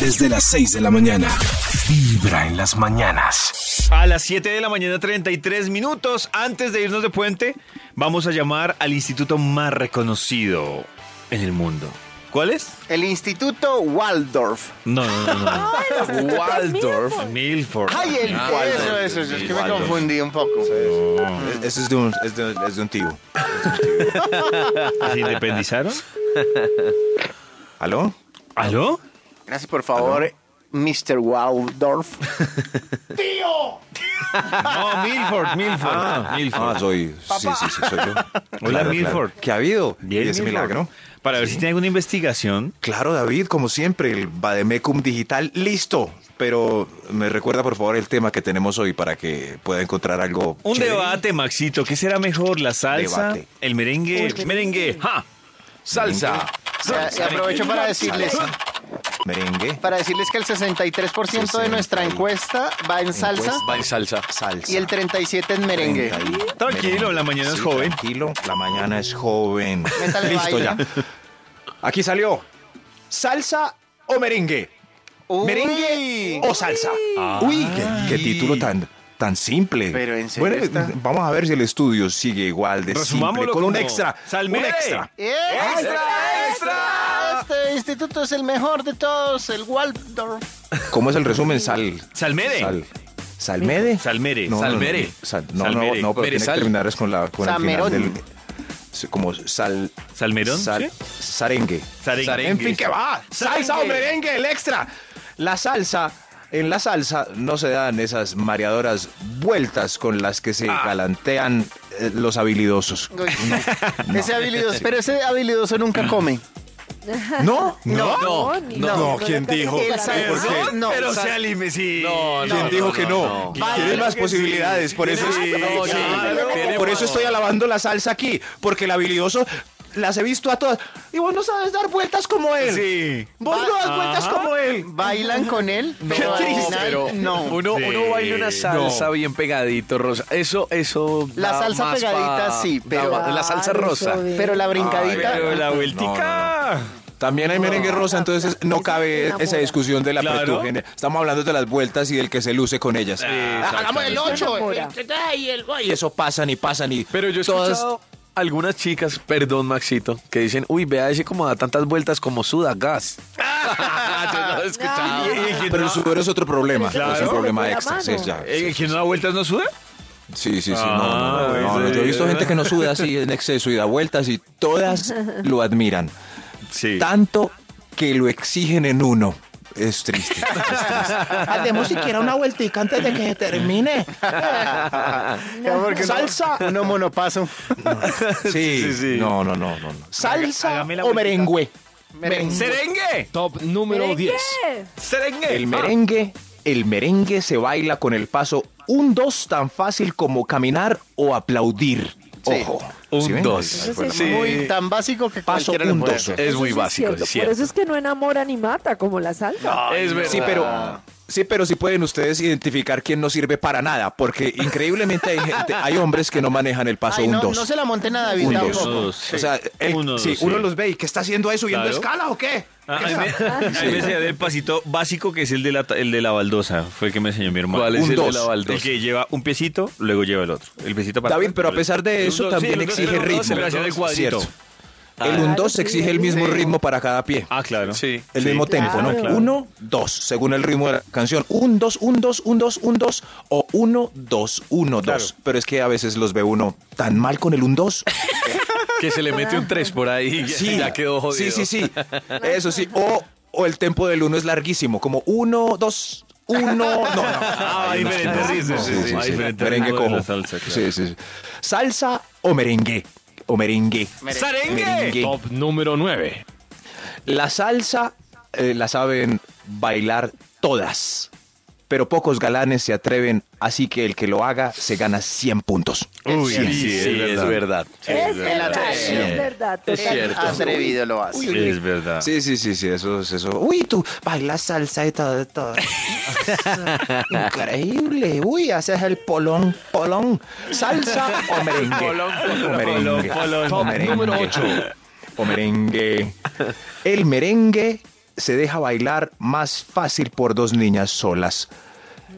desde las 6 de la mañana. Vibra en las mañanas. A las 7 de la mañana, 33 minutos. Antes de irnos de puente, vamos a llamar al instituto más reconocido en el mundo. ¿Cuál es? El Instituto Waldorf. No, no, no. no. Waldorf. Milford. Ay, el Ah, eso, eso, eso, es que me Waldorf. confundí un poco. Eso es de un, es de, es de un tío. ¿Se independizaron? ¿Aló? ¿Aló? Gracias, por favor, Mr. Waldorf. No, Milford, Milford. Ah, soy. Sí, sí, sí, soy yo. Milford. ¿Qué ha habido? Bien, ¿Y ese Milford. milagro? Para ver si tiene alguna investigación. Claro, David, como siempre, el Bademecum Digital, listo. Pero me recuerda, por favor, el tema que tenemos hoy para que pueda encontrar algo. Un chévere. debate, Maxito. ¿Qué será mejor, la salsa, Debate. el merengue? merengue. ¡Ja! Salsa. Y a- y aprovecho para decirles, Salsa. Merengue. para decirles que el 63% de nuestra encuesta va en salsa Va en salsa. Salsa. y el 37% en merengue. Treinta y- Tranquilo, la mañana es joven. Tranquilo, la mañana es joven. Métale Listo baile. ya. Aquí salió. ¿Salsa o merengue? Uy. ¿Merengue o salsa? Uy, qué, qué título tan, tan simple. Pero en serio Bueno, está. vamos a ver si el estudio sigue igual de simple. Resumámoslo Con un como extra. Salmere. Un extra. ¡Extra, ¡Extra, extra! Este instituto es el mejor de todos, el Waldorf. ¿Cómo es el resumen? Sal. Salmere. Sal- ¿Salmede? Salmere. No, no, no, Salmere. sal- no, no, Salmere. no, pero tiene que Merezal. terminar es con la con el final Salmerón. del- sí, como sal ¿Salmerón? sal- ¿Sí? sarengue. Sarengue. En fin, que va. Salsa o merengue, el extra. La salsa en la salsa no se dan esas mareadoras vueltas con las que Ah. se galantean eh, los habilidosos. Ese habilidoso, pero ese habilidoso nunca come. ¿No? No, No, no, no, no. no, ¿quién dijo? El ¿Por qué? salsón, no. Pero se alime, sí. No, no, no, no. Tiene Claro más que posibilidades, por eso, Sí, es- sí, claro. por Tenemos- eso estoy alabando la salsa aquí, porque el habilidoso las he visto a todas. Y vos no sabes dar vueltas como él. Sí. Vos no das vueltas como él. ¿Bailan con él? pero al final, pero no. Uno, uno baila una salsa bien pegadito, Rosa. Eso, eso. La da salsa más pegadita sí, da pero- Ah, más- la salsa Claro, rosa. eso de- Pero la brincadita. Pero la vueltica. También hay merengue rosa, entonces no cabe esa discusión de la Claro. pretúgena. Estamos hablando de las vueltas y del que se luce con ellas. Ah. Hagamos el otro. eh. Enamora. Y eso pasan y pasan y Pero yo he escuchado algunas chicas, perdón Maxito, que dicen, uy, vea ese como da tantas vueltas como suda gas. yo no lo he Ah, escuchado. Pero el sudor es otro problema, Claro. es un problema Con la extra. mano. Sí, ya. ¿El que no da vueltas no suda? Sí, sí, sí. Ah, no, no, no, no, no, sí. Yo he visto gente que no suda así en exceso y da vueltas y todas lo admiran. Sí. Tanto que lo exigen en uno. Es triste. Hacemos siquiera una vueltica antes de que se termine. Ya, porque uno- Salsa. Uno monopaso. Sí, No, no, no, no. no. Salsa hágame la o vueltica. merengue. ¡Serengue! Top número ¿Merengue? ¡Serengue! El merengue, el merengue se baila con el paso un dos tan fácil como caminar o aplaudir. Sí. Ojo. Un ¿Sí ven? dos. Eso sí. Muy tan básico que Paso cualquiera lo un puede dos. hacer. Es muy Eso sí básico, es Por cierto. eso es que no enamora ni mata, como la salsa. es verdad. Sí, pero sí, pero sí pueden ustedes identificar quién no sirve para nada, porque increíblemente hay gente, hay hombres que no manejan el paso Ay, un no, dos. no se la monten a David Un dos. tampoco. Uno, dos, O sí. sea, el- Uno, sí, dos, uno sí. los ve y ¿qué está haciendo ahí? ¿Subiendo Claro. escala o qué? Ah, ¿Qué a mí me, está? a mí me enseñó el pasito básico que es el de la, el de la baldosa. Fue el que me enseñó mi hermano. ¿Cuál es Un el de dos. la El baldosa? que lleva un piecito, luego lleva el otro. El piecito para David, pero a pesar de eso Un dos, sí, también un dos, exige pero un dos, ritmo. pero hacer el cuadrito. Cierto. El un Claro, dos sí, exige el mismo sí. ritmo para cada pie. Ah, claro. Sí. El mismo tempo, ¿no? claro. Claro. Uno, dos, según el ritmo de la canción. Un, dos, un, dos, un, dos, un, dos. O uno, dos, uno, dos. Pero es que a veces los ve uno tan mal con el un, dos. Que se le Ah. mete un tres por ahí y ya quedó jodido. Sí, sí, sí. Eso sí. O, o el tempo del uno es larguísimo, como uno, dos, uno. No, no. Ah, Hay unos que diferente no. ritmo, sí, sí, Sí, sí, sí. diferente Merengue ritmo de la cojo. salsa, claro. Sí, sí, sí. Salsa o merengue. O merengue. ¡Sarengue! Merengue. Top número 9. La salsa eh, la saben bailar todas, pero pocos galanes se atreven, así que el que lo haga se gana 100 puntos. Uy, Sí, sí, sí, es verdad. verdad. es, verdad, es verdad. Es total. cierto. Eh, Atrevido lo hace. Es verdad. Sí, sí, sí, sí, eso es eso. Uy, tú bailas salsa y todo, todo. Increíble. Uy, haces el polón, polón. Salsa o merengue. Polón, polón, o merengue. polón, polón. O merengue. O merengue. El merengue se deja bailar más fácil por dos niñas solas.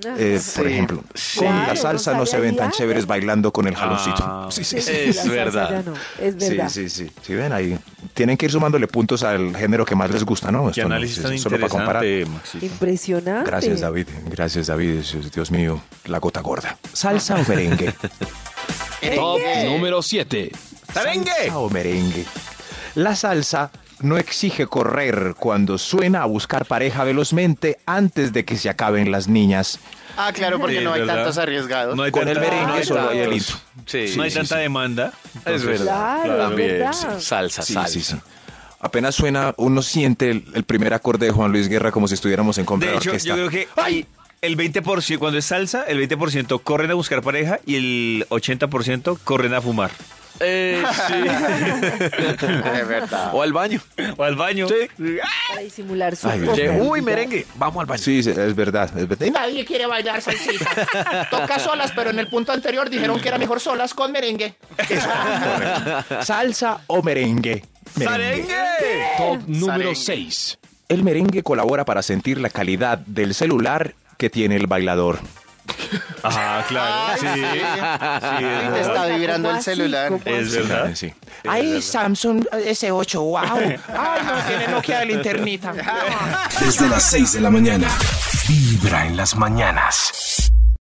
Ah, Eh, Por ejemplo, con Claro, la salsa no se ven tan salía chéveres bailando con el jaloncito. Ah, sí, sí, Sí, sí. sí, Es la salsa verdad. ya no, es Sí, verdad. sí, sí. Sí, ven ahí. Tienen que ir sumándole puntos al género que más les gusta, ¿no? Qué Esto no, análisis es tan solo para comparar. interesante, Maxito. Impresionante. Gracias, David. Gracias, David. Dios mío, la gota gorda. Salsa o merengue. Top número 7. Salsa o merengue. La salsa no exige correr cuando suena a buscar pareja velozmente antes de que se acaben las niñas. Ah, claro, porque Sí, no hay ¿verdad? tantos arriesgados. No hay Con el tanta- merengue no hay solo hay el tantos. hito. Sí, No hay sí, tanta sí. demanda. Es verdad. Claro, es verdad. sí. Salsa, Sí, salsa. sí, sí. Apenas suena, uno siente el, el primer acorde de Juan Luis Guerra como si estuviéramos en compra De de hecho, orquesta. yo creo que el 20%, cuando es salsa, el 20% corren a buscar pareja y el 80% corren a fumar. Eh, sí. Es verdad. o al baño. O al baño. Para disimular su Ay, poca Dios mío. Uy, vida. merengue. Vamos al baño. Sí, sí, es verdad. Es verdad. Y nada, Nadie quiere bailar salsita. Toca solas, pero en el punto anterior dijeron que era mejor solas con merengue. Salsa o merengue. Merengue. ¡Sarengue! Top número Sarengue. 6. El merengue colabora para sentir la calidad del celular que tiene el bailador. Ah, claro. Sí. Sí, Ay, es te está Ah, verdad. vibrando el así, celular. como Es así. verdad. Sí. Ay, Samsung S8, wow. Ay, no, tiene Nokia de linternita. Desde las 6 de la mañana. Vibra en las mañanas.